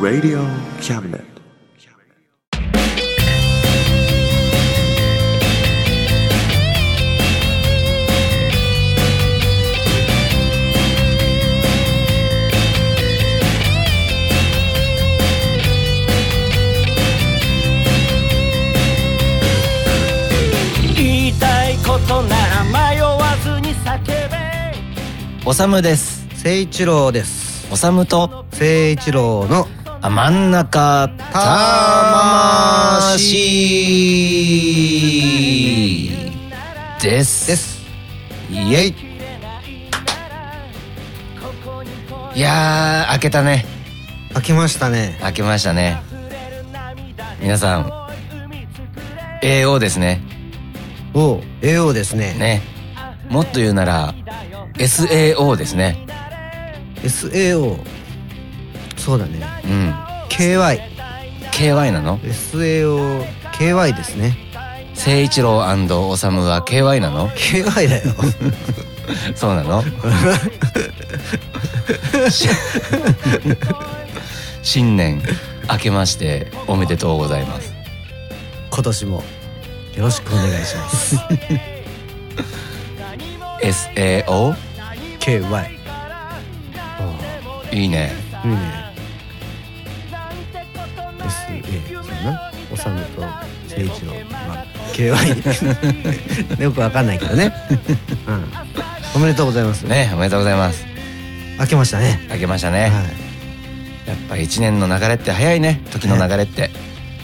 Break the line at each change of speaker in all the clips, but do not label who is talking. Radio Cabinet.
言いたいことなら迷わずに叫べ
おさむです
誠一郎です
おさむと
誠一郎の
あ真ん中魂です
です
イエイいやー開けたね
開けましたね
開けましたね皆さん AO ですね
おう AO ですね
ねもっと言うなら SAO ですね
SAO そうだね
うん KY なの
KYSAOKY ですね
誠一郎おさむは KY なの
KY だ よ
そうな のし新年明けましておめでとうございます
今年もよろしくお願いします
SAO
KY
いいね
いいね SA そうだなおさむと誠一郎まあ KY でよくわかんないけどね、うん、おめでとうございます
ねおめでとうございます
開けましたね
明けましたね、
はい
やっぱ一年の流れって早いね時の流れって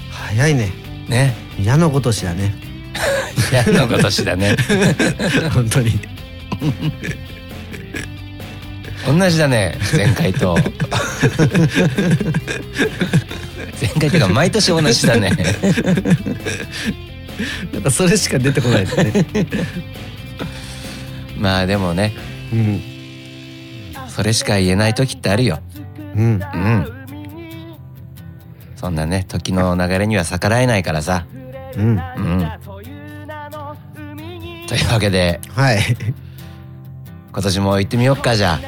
早いね
ね
皆のことしだね
や るの今年だね
本当に
同じだね前回と前回っていうか毎年同じだね
なんかそれしか出てこないですね
まあでもね
うん
それしか言えない時ってあるよ
うん
うん。そんなね、時の流れには逆らえないからさ。
うん
うん。というわけで、
はい
今年も行ってみよっか、じゃ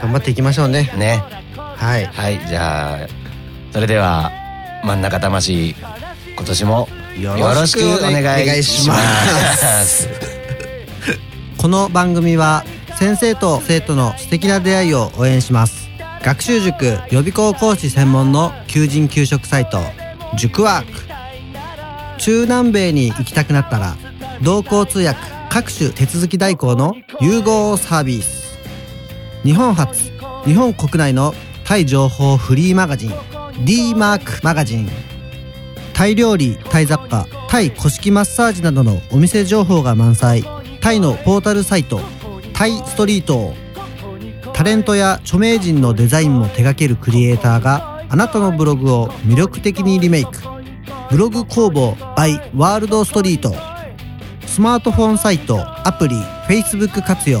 頑張っていきましょうね
あ。ね。
はい
はい、じゃあ、それでは、真ん中魂、今年もよろしくお願いします。
この番組は先生と生徒の素敵な出会いを応援します学習塾予備校講師専門の求人求職サイト塾ワーク中南米に行きたくなったら同行通訳各種手続き代行の融合サービス日本初日本国内のタイ情報フリーマガジン d マークマガジンタイ料理タイ雑貨タイ古式マッサージなどのお店情報が満載タイのポータルサイトタイストリートをタレントや著名人のデザインも手掛けるクリエイターがあなたのブログを魅力的にリメイクブログ工房 by ワールドストリートスマートフォンサイトアプリ Facebook 活用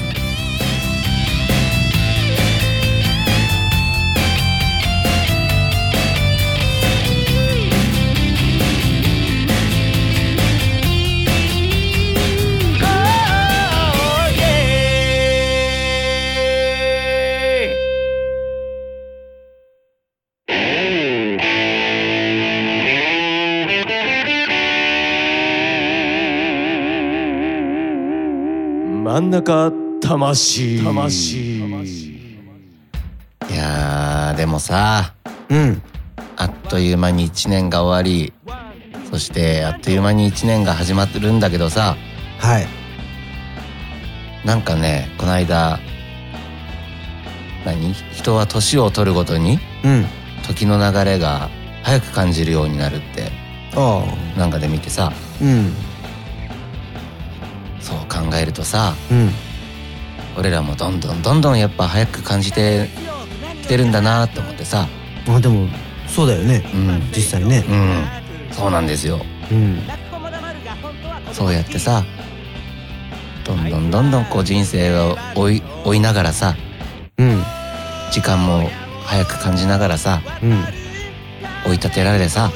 Oh, yeah.
真ん中魂。
いやー、でもさ、
うん、
あっという間に1年が終わり、そしてあっという間に1年が始まってるんだけどさ、
はい、
なんかねこの間何人は年を取るごとに
うん、
時の流れが早く感じるようになるって
あ
なんかで見てさ
うん、
そう考えるとさ
うん、
俺らもどんどんどんどんやっぱ早く感じてきてるんだなって思ってさ
あでもそうだよね、
うん
実際ね
うんそうなんですよ
うん
そうやってさどんどんどんどんこう人生を追い追いながらさ
うん
時間も早く感じながらさ
うん
追い立てられてさ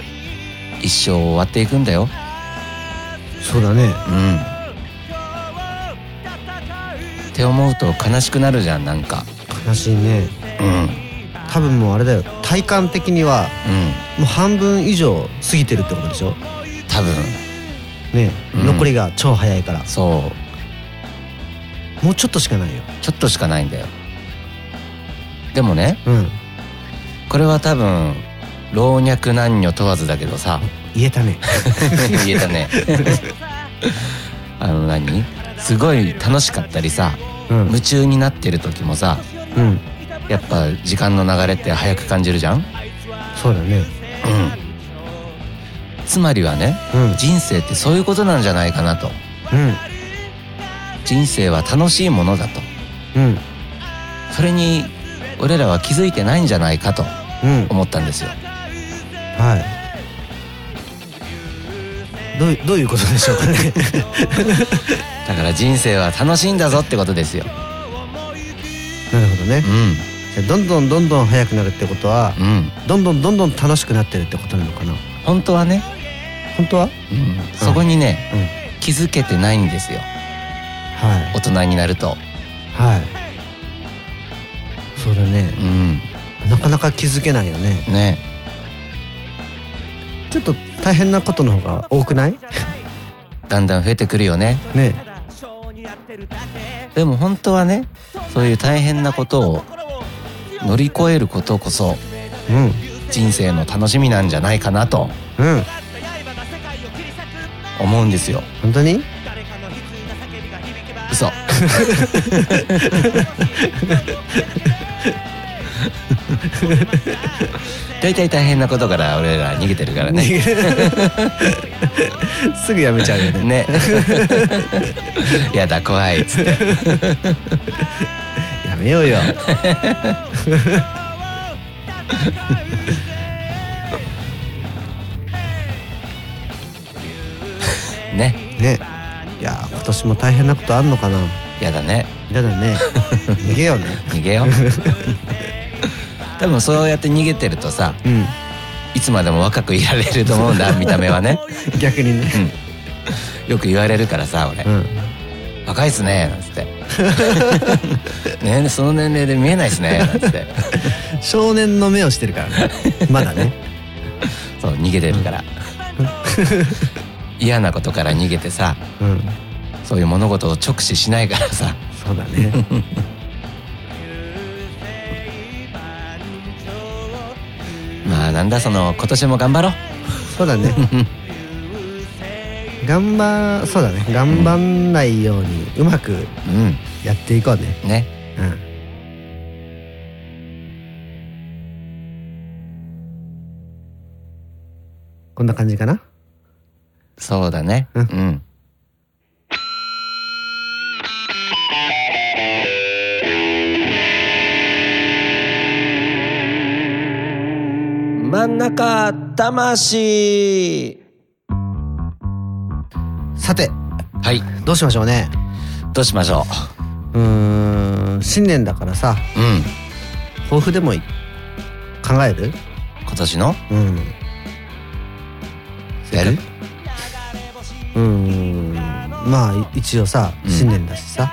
一生終わっていくんだよ
そうだね
うんって思うと悲しくなるじゃんなんか
悲しいね
うんうん
多分もうあれだよ体感的にはもう半分以上過ぎてるってことでしょ
多分
ね、
うん
残りが超早いから
そう
もうちょっとしかないよ
ちょっとしかないんだよでもね
うん
これは多分老若男女問わずだけどさ
言えたね
言えたね あの何すごい楽しかったりさ
うん
夢中になってる時もさ
うん
やっぱ時間の流れって早く感じるじゃんうん
そうだね
つまりはね
うん
人生ってそういうことなんじゃないかなと
うん
人生は楽しいものだと
うん
それに俺らは気づいてないんじゃないかと
うん
思ったんですよ
はいどうどういうことでしょうかね
だから人生は楽しいんだぞってことですよ
なるほどね
う
じゃあどんどんどんどん早くなるってことは
んうん
どんどんどんどん楽しくなってるってことなのかな
本当はね、
本当は
うん、そこにね、気づけてないんですよ
はい
大人になると
はいそうだ
う
ね
ん
なかなか気づけないよね
ね
ちょっと大変なことの方が多くない
だんだん増えてくるよね
ね
でも本当はねそういう大変なことを乗り越えることこそ
うん
人生の楽しみなんじゃないかなと
うん
思うんですよ
本当に
嘘大体大変なことから俺ら逃げてるからね
すぐやめち ゃうよね
ね やだ怖いっつって
やめようよ
ね
ねいやー今年も大変なことあんのかな
やだね
嫌だね逃げようね
逃げよ う多分そうやって逃げてるとさ
う
いつまでも若くいられると思うんだ見た目はね
ん逆にね
よく言われるからさ俺
うん
「若いっすね」なんつっ て「ねその年齢で見えないっすね」なんつって
少年の目をしてるからねまだね
そう逃げてる から嫌なことから逃げてさ
うん
そういう物事を直視しないからさ
そうだね
まあなんだその今年も頑張ろう
そうだね頑張そうだね頑張んないようにうまく
うん
やっていこうね
ね
うんこんな感じかな
そうだね。
う
うんん。真ん中魂
さて
はい
どうしましょうね
どうしましょ
うーん新年だからさ
ううん
抱負でもいい考える
今年の
うん
やる
うーんまあい一応さ
うん
新年だしさ、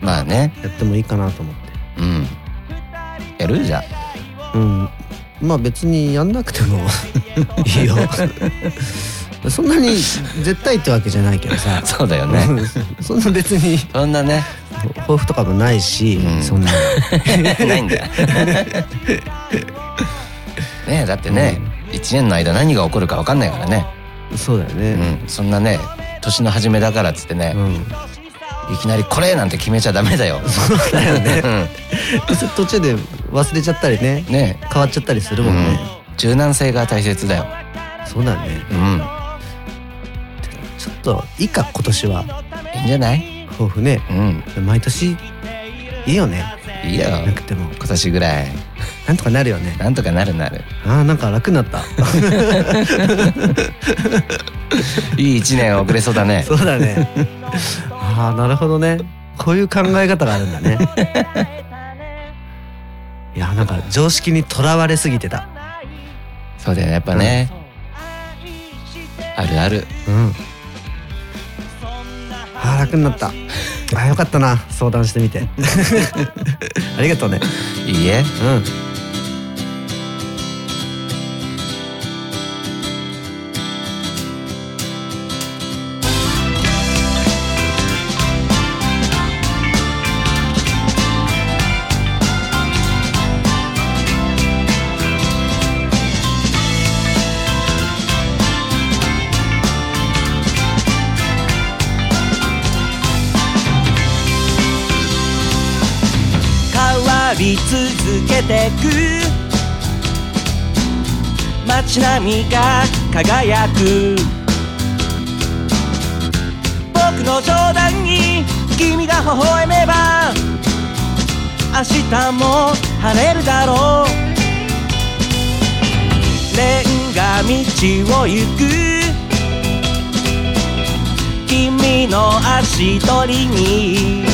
まあね
やってもいいかなと思っ
うんやるじゃあ
てうんまあ別にやんなくてもいいよそんなに絶対ってわけじゃないけど さ
そうだよね
そんな別に
そんなね
抱負とかもないし、
うん
そんな
ないんだよねえだってね、一年の間何が起こるか分かんないからね
そうだよね
うん、そんなね年の初めだからっつってね
う、ん、
いきなり「これ!」なんて決めちゃダメだよ。
だよねそ途中で忘れちゃったりね
うんね
変わっちゃったりする
え、
もんね、
うん柔軟性が大切だよ。
そうだね
うん、
ちょっといいか今年はい
いんじゃない
抱負ね
うん
毎年いいよね
いいよ
なくても
今年ぐらい。
うなんとかなるよね
なんとかなるなる
あーなんか楽になった
いい一年遅れそうだね
そうだねああなるほどねこういう考え方があるんだねいやなんか常識にとらわれすぎてた
そうだよねやっぱね、あるある
うんあー楽になったあーよかったな相談してみて ありがとうね
いいえ
うん
変わり続けてく街並みが輝く僕の冗談に君が微笑めば明日も晴れるだろうレンガ道を行く君の足取りに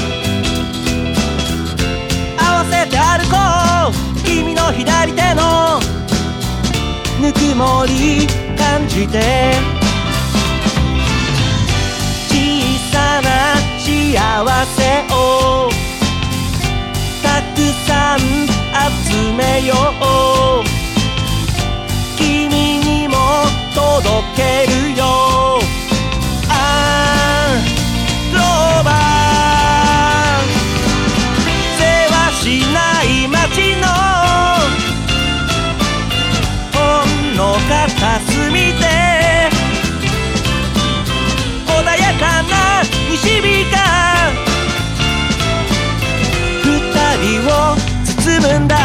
合わせて歩こう君の左手のぬくもり感じて小さな幸せをたくさん集めよう君にも届けるよあーローバーせはしない街のほんの片隅で穏やかな西日が二人を包むんだ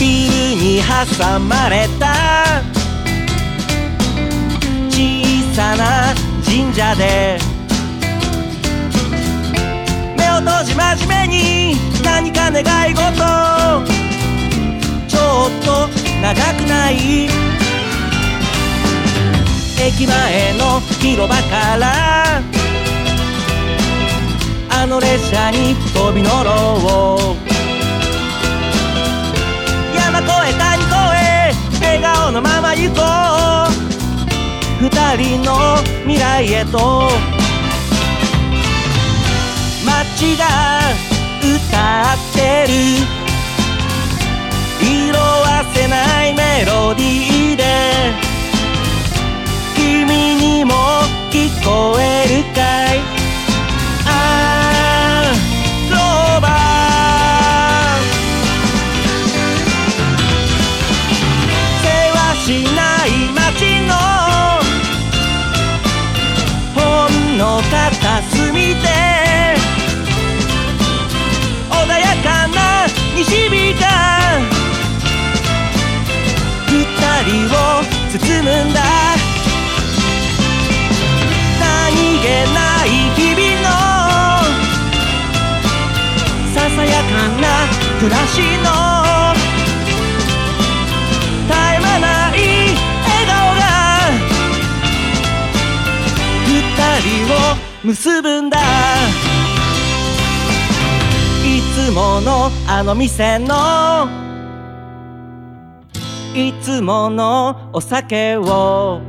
ビルに挟まれた小さな神社で目を閉じ真面目に何か願い事ちょっと長くない駅前の広場からあの列車に飛び乗ろう山越え谷越え笑顔のまま行こう二人の未来へと街が歌ってる色あせないメロディーで君にも聞こえるかいあーローバーせはしない街のほんの片隅で穏やかな西日が二人を包むんだ何気ない日々のささやかな暮らしの絶え間ない笑顔が二人を結ぶんだいつものあの店のいつものお酒を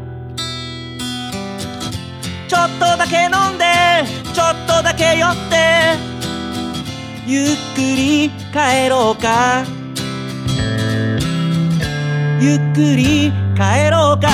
ちょっとだけ飲んでちょっとだけ酔ってゆっくり帰ろうかゆっくり帰ろうか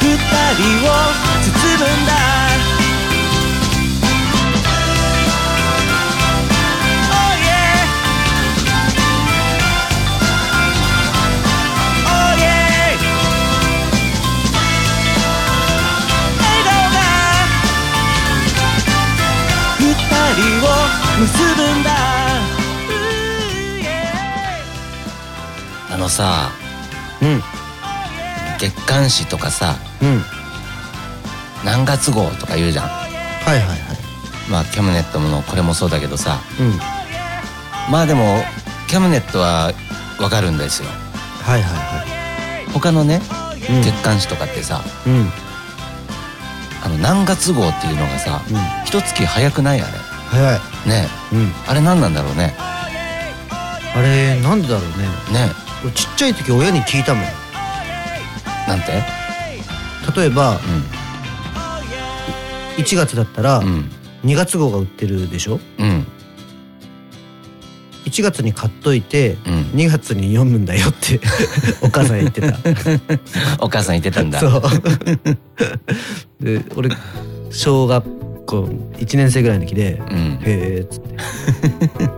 二人を包むんだ結ぶんだ
あのさ
うん
月刊誌とかさ
うん
何月号とか言うじゃん
はいはいはい
まあキャムネットものこれもそうだけどさ
うん
まあでもキャムネットはわかるんですよ
はいはいは
他のね
いうん
月刊誌とかってさ、
うん
あの何月号っていうのがさ
うん
一月早くないあ
早い
れね
うん
あれ何なんだろうね
あれなんでだろうね
ね
俺ちっちゃい時親に聞いたもん
なんて
例えば
う
1月だったら
んうん
2月号が売ってるでしょ
うん
1月に買っといて
うん
2月に読むんだよって お母さん 言ってた
お母さん言ってたんだ
そうで俺小学校1年生ぐらいの時で
うん
「へえ」っつって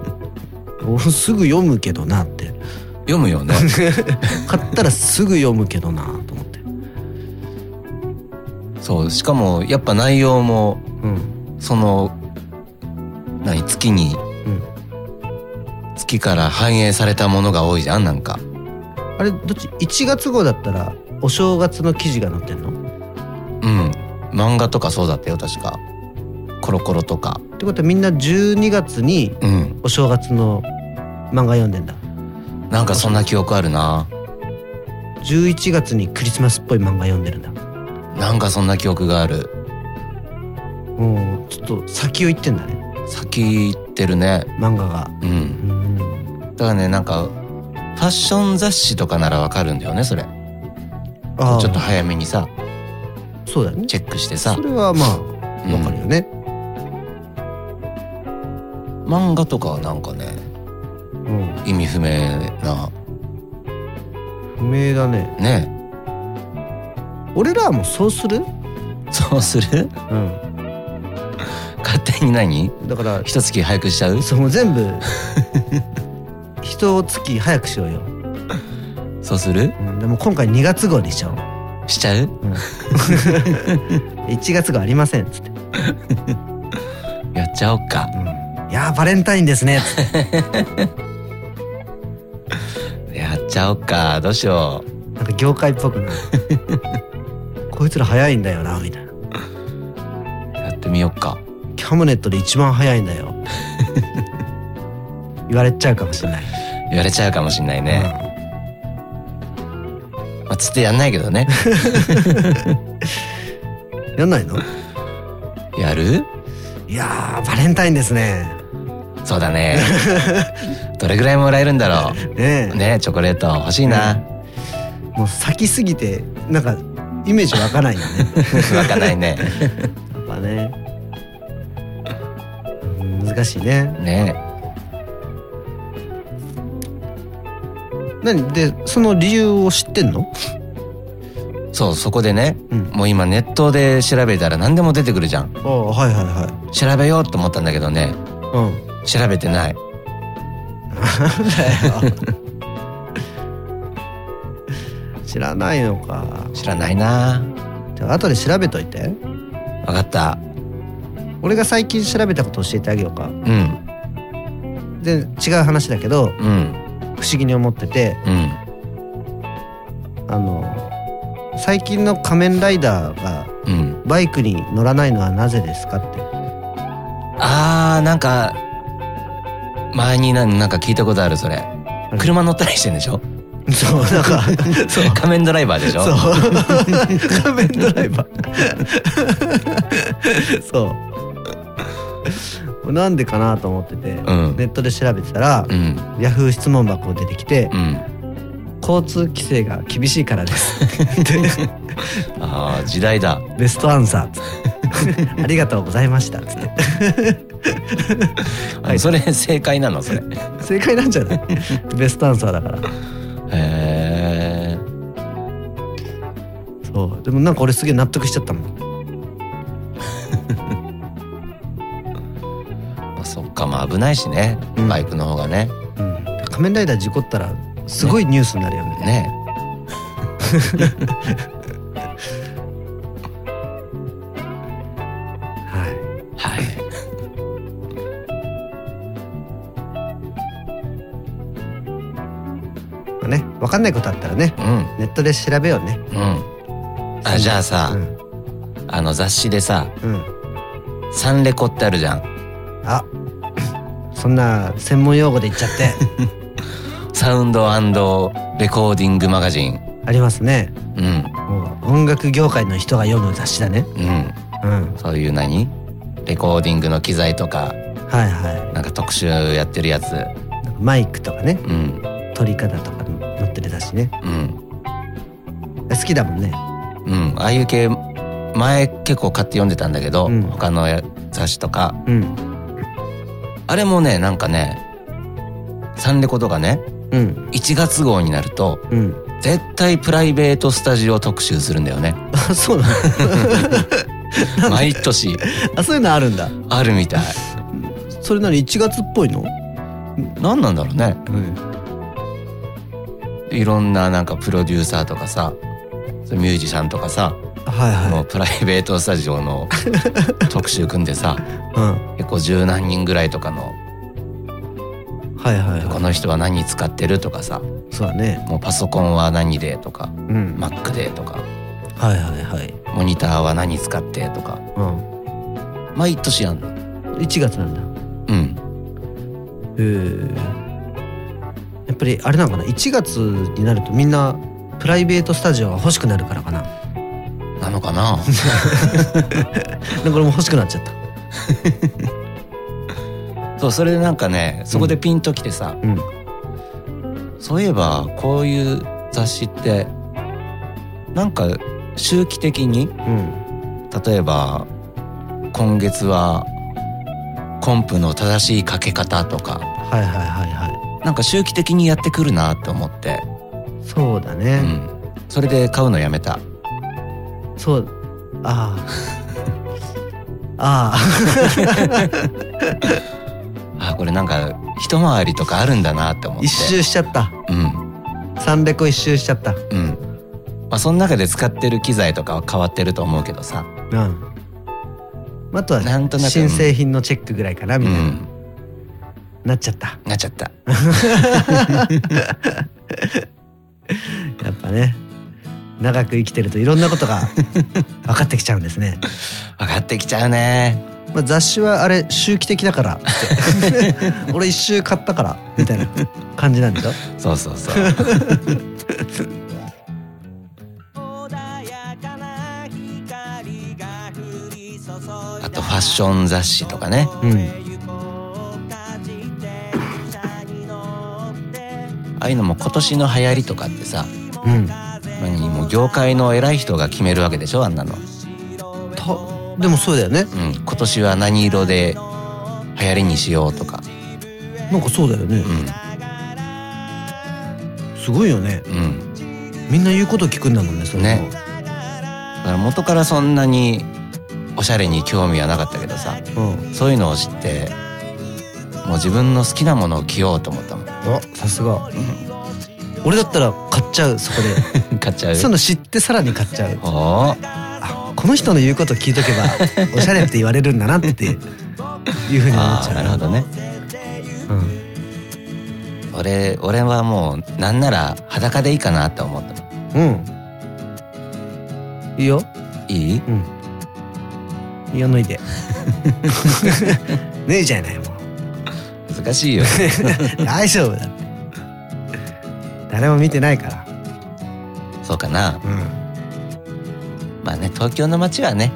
「俺すぐ読むけどな」って
読む よね
買ったらすぐ読むけどなと思って
そうしかもやっぱ内容も
うん
その何月に
うん
月から反映されたものが多いじゃんなんか
あれどっち1月号だったらお正月の記事が載ってんの
うん漫画とかそうだったよ確かコロコロとか
ってことはみんな12月に
うん
お正月の漫画読んでんだ
なんかそんな記憶あるな
11月にクリスマスっぽい漫画読んでるんだ
なんかそんな記憶がある
もうちょっと先を行ってんだね
先行ってるね
漫画が
うん
うん
だからねなんかファッション雑誌とかならわかるんだよねそれち
ああ
ょっと早めにさ
そうだよね
チェックしてさ
それはまあ
うん
わかるよね、
漫画とかはなんかね
うん、
意味不明な
不明だね
ね
俺らはもうそうする
そうする
うん
勝手に何
だから
一月早くしちゃう
その全 部一月早くしようよ、
そうする
うん、でも今回2月号にしちゃおう
しちゃう
1月号ありませんっつって、
やっちゃおうか
うん、いやーバレンタインですねっつって
やっちゃおうかどうしよ
なんか業界っぽくなる こいつら早いんだよなみたいな
うやってみようか
キャムネットで一番早いんだよ言われちゃうかもしれない
言われちゃうかもしんないね、
ね、
まあ、つってやんないけど ね
うんやんないの
やる
いやーバレンタインですね
そうだねどれぐらいもらえるんだろ
ねえ
うねチョコレート欲しいな
もう先すぎてなんかイメージ湧かないよね
わかんないね
やっぱねうん難しいね
ね
何でその理由を知ってんの
そうそこでね、
うん
もう今ネットで調べたら何でも出てくるじゃん
ああはいはいは
調べようと思ったんだけどね
いうん
調べてない
知らないのか
知らないな
じゃあ後で調べといて
分かった
俺が最近調べたこと教えてあげようか
うん
全然違う話だけど
うん
不思議に思ってて
うん
あの最近の仮面ライダーが
うん
バイクに乗らないのはなぜですかって
あーなんか前にななんか聞いたことあるそれ
れ
車乗ったりしてんでしょ
そうな んか そう
仮面ドライバーでしょ
そう仮面ドライバーそうなんでかなと思ってて、
ん
ネットで調べてたら、
うん
ヤフー質問箱出てきて、
うん
交通規制が厳しいからです」って
あー時代だ
ベストアンサーっつ って」ありがとうございました」っつって
あ
はい
それ正解なのそれへ
正解なんじゃないベストアンサーだから
え
そうでもなんか俺すげえ納得しちゃったもん
まあ、そっかまあ危ないしね
うん
バイクの方がね
うん仮面ライダー事故ったらすごいニュースになるよね
ね
はい
はい
かんないことあったらね
うん
ネットで調べようね
うんあじゃあさ、
うん
あの雑誌でさ
うん
「サンレコ」ってあるじゃん
あそんな専門用語で言っちゃって
サウンドレコーディングマガジン
ありますね
うん
もう音楽業界の人が読む雑誌だね
うん
うん
そういう何レコーディングの機材とか
はいは
なんか特集やってるやつ
いなんかマイクとかね
うん
撮り方とか載ってる雑誌ね
うん
好きだもんね
うんああいう系前結構買って読んでたんだけど、
うん
他のや雑誌とか
うん
あれもねなんかねサンレコとかね
うん
1月号になると
うん
絶対プライベートスタジオ特集するんだよね
あそうなの
毎年
あそういうのあるんだ
あるみたい
それなに1月っぽいの
何なんだろうね
うん
いろんななんかプロデューサーとかさミュージシャンとかさ、
はい
も
は
うプライベートスタジオの特集組んでさ
いうん
結構十何人ぐらいとかの
はいはい
こ
は
の人は何使ってるとかさ
いそうだね
もうパソコンは何でとか
うん、
Mac でとか
はいはいはい
モニターは何使ってとか
う
毎年やんの
ん1月なんだ
うん
へえやっぱりあれなのかな1月になるとみんなプライベートスタジオが欲しくなるからかな
なのかな
なんか俺も欲しくなっちゃった
そうそれでなんかねそこでピンときてさ、
うん
そういえばこういう雑誌ってなんか周期的に
うん
例えば今月はコンプの正しいかけ方とか
はいはいはいは
なんか周期的にやってくるなって思って、
いそうだ
う
ね、
ん、それで買うのやめた
そうあ あああ
あこれなんか一回りとかあるんだなって思って
一周しちゃった
うん
三レコ一周しちゃった
うんまあその中で使ってる機材とかは変わってると思うけどさ
うんあとは
なんとなく
新製品のチェックぐらいかな
う
みたいな、
ん
なっちゃった
なっちゃった
やっぱね長く生きてるといろんなこと が分かってきちゃうんですね、
上がってきちゃうね
まあ、雑誌はあれ周期的だからって 俺一周買ったからみたいな感じなんでしょ
そうそうそう
穏やかな光が降り注いだ
あとファッション雑誌とかね
うん
ああいうのも今年の流行りとかってさ
うん
何もう業界の偉い人が決めるわけでしょあんなの、
とでもそうだよね
うん、今年は何色で流行りにしようとか
なんかそうだよね
う
すごいよね
んうん
みんな言うこと聞くんだもんねそれも
ねだから元からそんなにおしゃれに興味はなかったけどさ
うん
そういうのを知ってもう自分の好きなものを着ようと思ったもん、
あさすが俺だったら買っちゃうそこ で
買っちゃう
そういうの知ってさらに買っちゃう
お
あこの人の言うことを聞いとけば おしゃれって言われるんだなっていうふうに思っ
あ
ち
あ
ゃう
なるほどね
うん
俺俺はもうなんなら裸でいいかなって思ったの
うんいいよ
いい
うんいいよ脱いで 脱いじゃいないも
難しい よ
う大丈夫だって誰も見てないから
そうかな
うん
まあね東京の街はね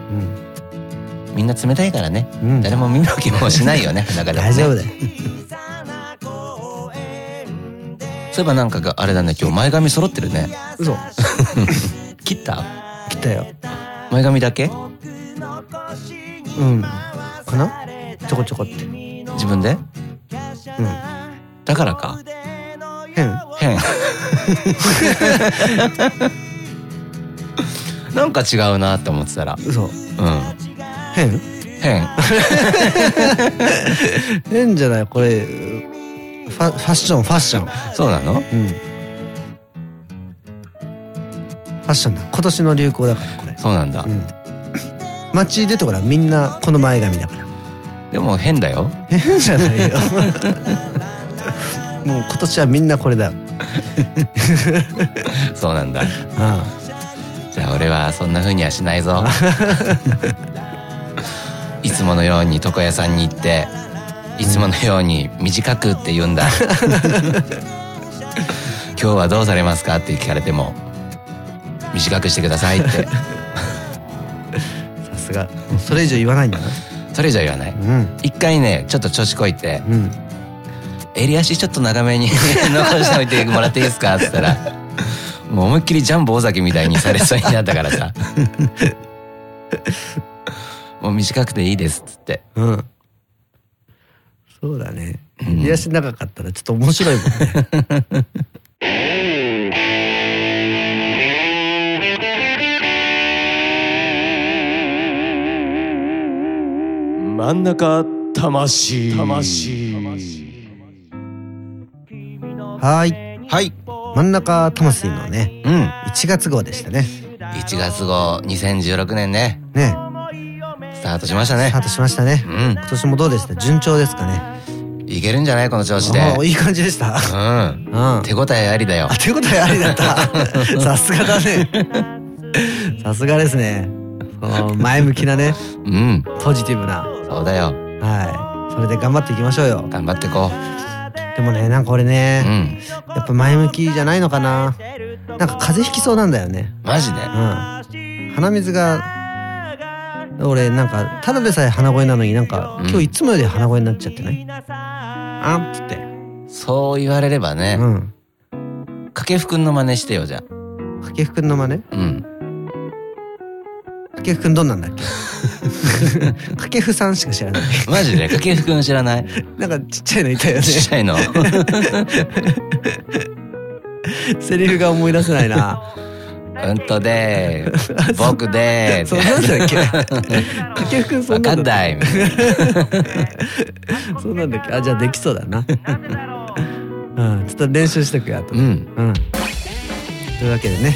うん
みんな冷たいからね、
うん
誰も見向きもしない よね裸でもね
大丈夫だよ
そういえばなんかがあれだね今日前髪揃ってるね
嘘
切った
来たよ
前髪だけ
うんかなちょこちょこってうん
自分でだからか
変
変 なんか違うなって思ってたら
嘘
うん
変
変
変じゃないこれファファッションファッション
そうなの
うんファッションだ今年の流行だからこれ
そうなんだ、
うん街出てごらんみんなこの前髪だから
でも変だよ
変じゃないよもう今年はみんなこれだよ
そうなんだ
うん
じゃあ俺はそんな風にはしないぞ いつものように床屋さんに行っていつものように短くって言うんだ 今日はどうされますかって聞かれても短くしてくださいって
さすがそれ以上言わないんだな
それ以上言わない
うん
一回ねちょっと調子こいて
うん
襟足ちょっと長めに 残しておいてもらっていいですか?」っつったらもう思いっきりジャンボ尾崎みたいにされそうになったから さ「もう短くていいです」っつって
うんそうだね
うん
癒し長かったらちょっと面白いもんね
真ん中魂魂
はーい
はい
真ん中魂のね
うん
1月号でしたね
1月号2016年ね
ね
スタートしましたね
スタートしましたね
うん
今年もどうでした順調ですかね
いけるんじゃないこの調子で
あいい感じでした
うん
うん
手応えありだよ
あということでありだった さすがだねさすがですねこの前向きなね
うん
ポジティブな
そうだよ
はいそれで頑張っていきましょうよ
頑張ってこ
でもねなんか俺
うう
ね、
ん
やっぱ前向きじゃないのかななんか風邪ひきそうなんだよね
マジで
うん鼻水が俺なんかただでさえ鼻声なのになんか、
うん
今日いつもより鼻声になっちゃってないあんっつって
そう言われればね
うん
掛布くんの真似してよじゃあ
掛布くんの真似
うん
掛布くんどんなんだっけ 掛布さんしか知らない
マジで掛布くん知らない
なんかちっちゃいのいたよね
ちっちゃい の
セリフが思い出せないな
うんとで 僕で
そんなんだ っけ掛布くんそ
わ
んな
か
ん
ん
だ
ないみたいな
そんなんだっけあじゃあできそうだなうんちょっと練習しとくよあと
うんうん
うんというわけでね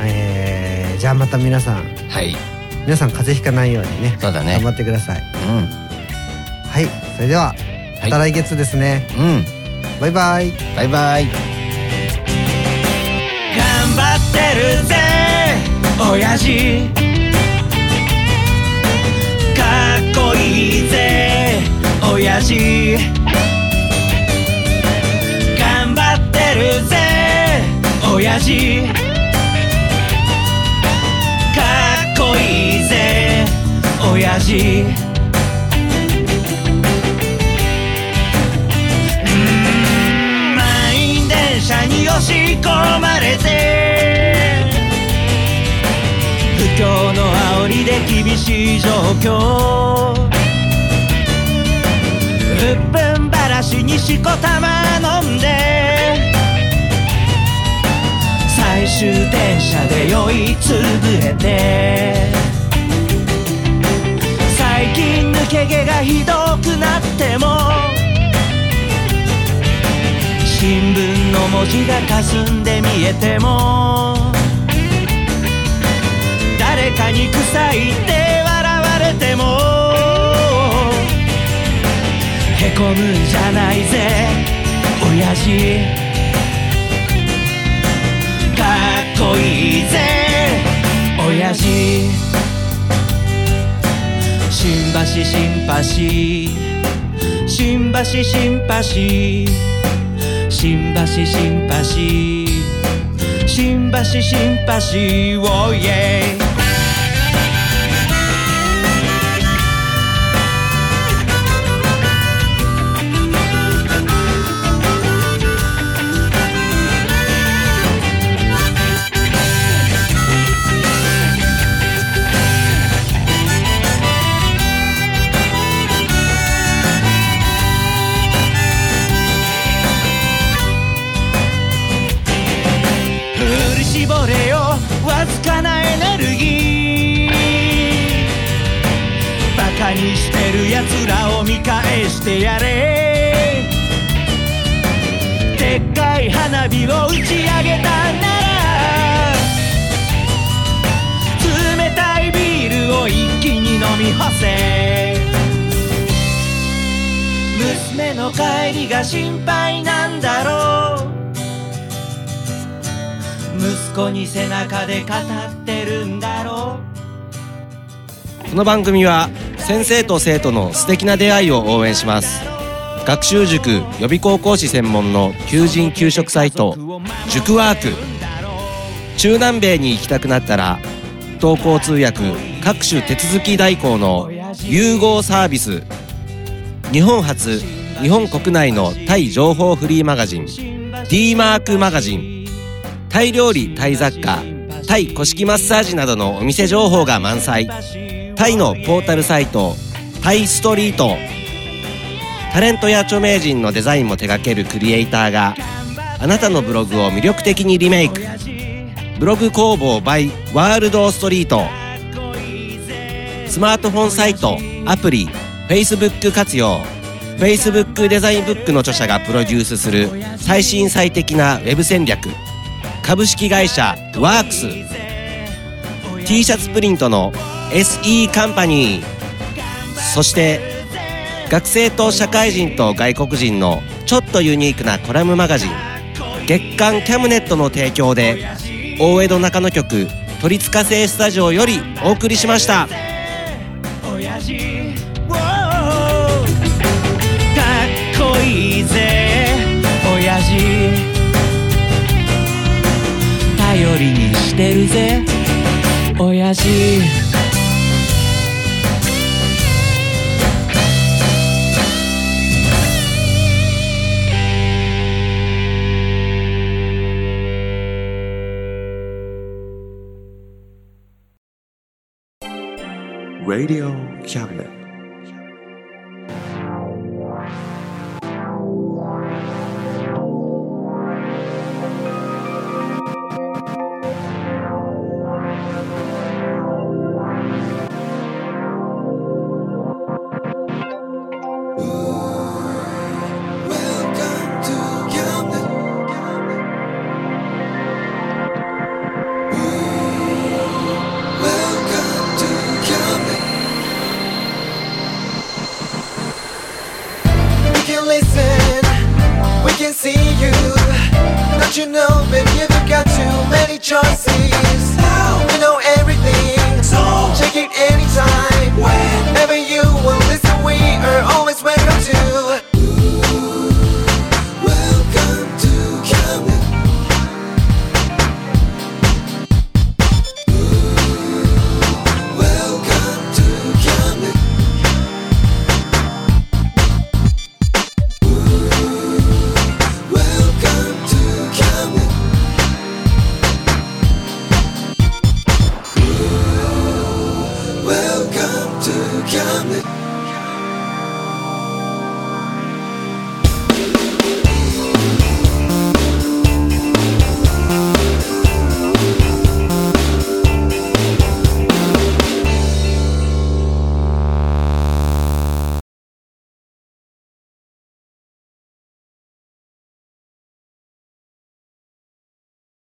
えー、じゃあまた皆さん
はい
皆さん風邪ひかないようにね
そうだ
頑
ね
張ってください
うん
はいそれではまた来月ですね、
うん
バイバイ
バイバイ
頑張ってるぜ親父かっこいいぜ親父頑張ってるぜ親父かっこいいぜ親父満員電車に押し込まれて不況の煽りで厳しい状況うっぷんばらしにしこたま飲んで最終電車で酔いつぶれて最近抜け毛がひどくなっても新聞の文字が霞んで見えても誰かに臭いって笑われてもへこむんじゃないぜ親父かっこいいぜ親父新橋シンパシー新橋シンパシー新橋新橋新橋新橋をイエイ振り絞れよわずかなエネルギーバカにしてるやつらを見返してやれでっかい花火を打ち上げたなら冷たいビールを一気に飲み干せ娘の帰りが心配なんだろうこに背中で語ってるんだろ
この番組は先生と生徒の素敵な出会いを応援します学習塾予備高校師専門の求人・給食サイト塾ワーク中南米に行きたくなったら同行通訳各種手続き代行の融合サービス日本初日本国内のタイ情報フリーマガジン d マークマガジンタイ料理タイ雑貨タイ古式マッサージなどのお店情報が満載タイのポータルサイトタイストリートタレントや著名人のデザインも手掛けるクリエイターがあなたのブログを魅力的にリメイクブログ工房 by ワールドストリートスマートフォンサイトアプリ Facebook 活用 Facebook デザインブックの著者がプロデュースする最新最適なウェブ戦略株式会社ワークス t シャツプリントの SE カンパニーそして学生と社会人と外国人のちょっとユニークなコラムマガジン月刊キャムネットの提供で大江戸中野局「鳥塚製スタジオ」よりお送りしました。
う親父 Wow かっこいいぜ親父頼りにしてるぜ親父
「Radio Cabinet」
We can listen, we can see you. Don't you know, baby, you've got too many choices.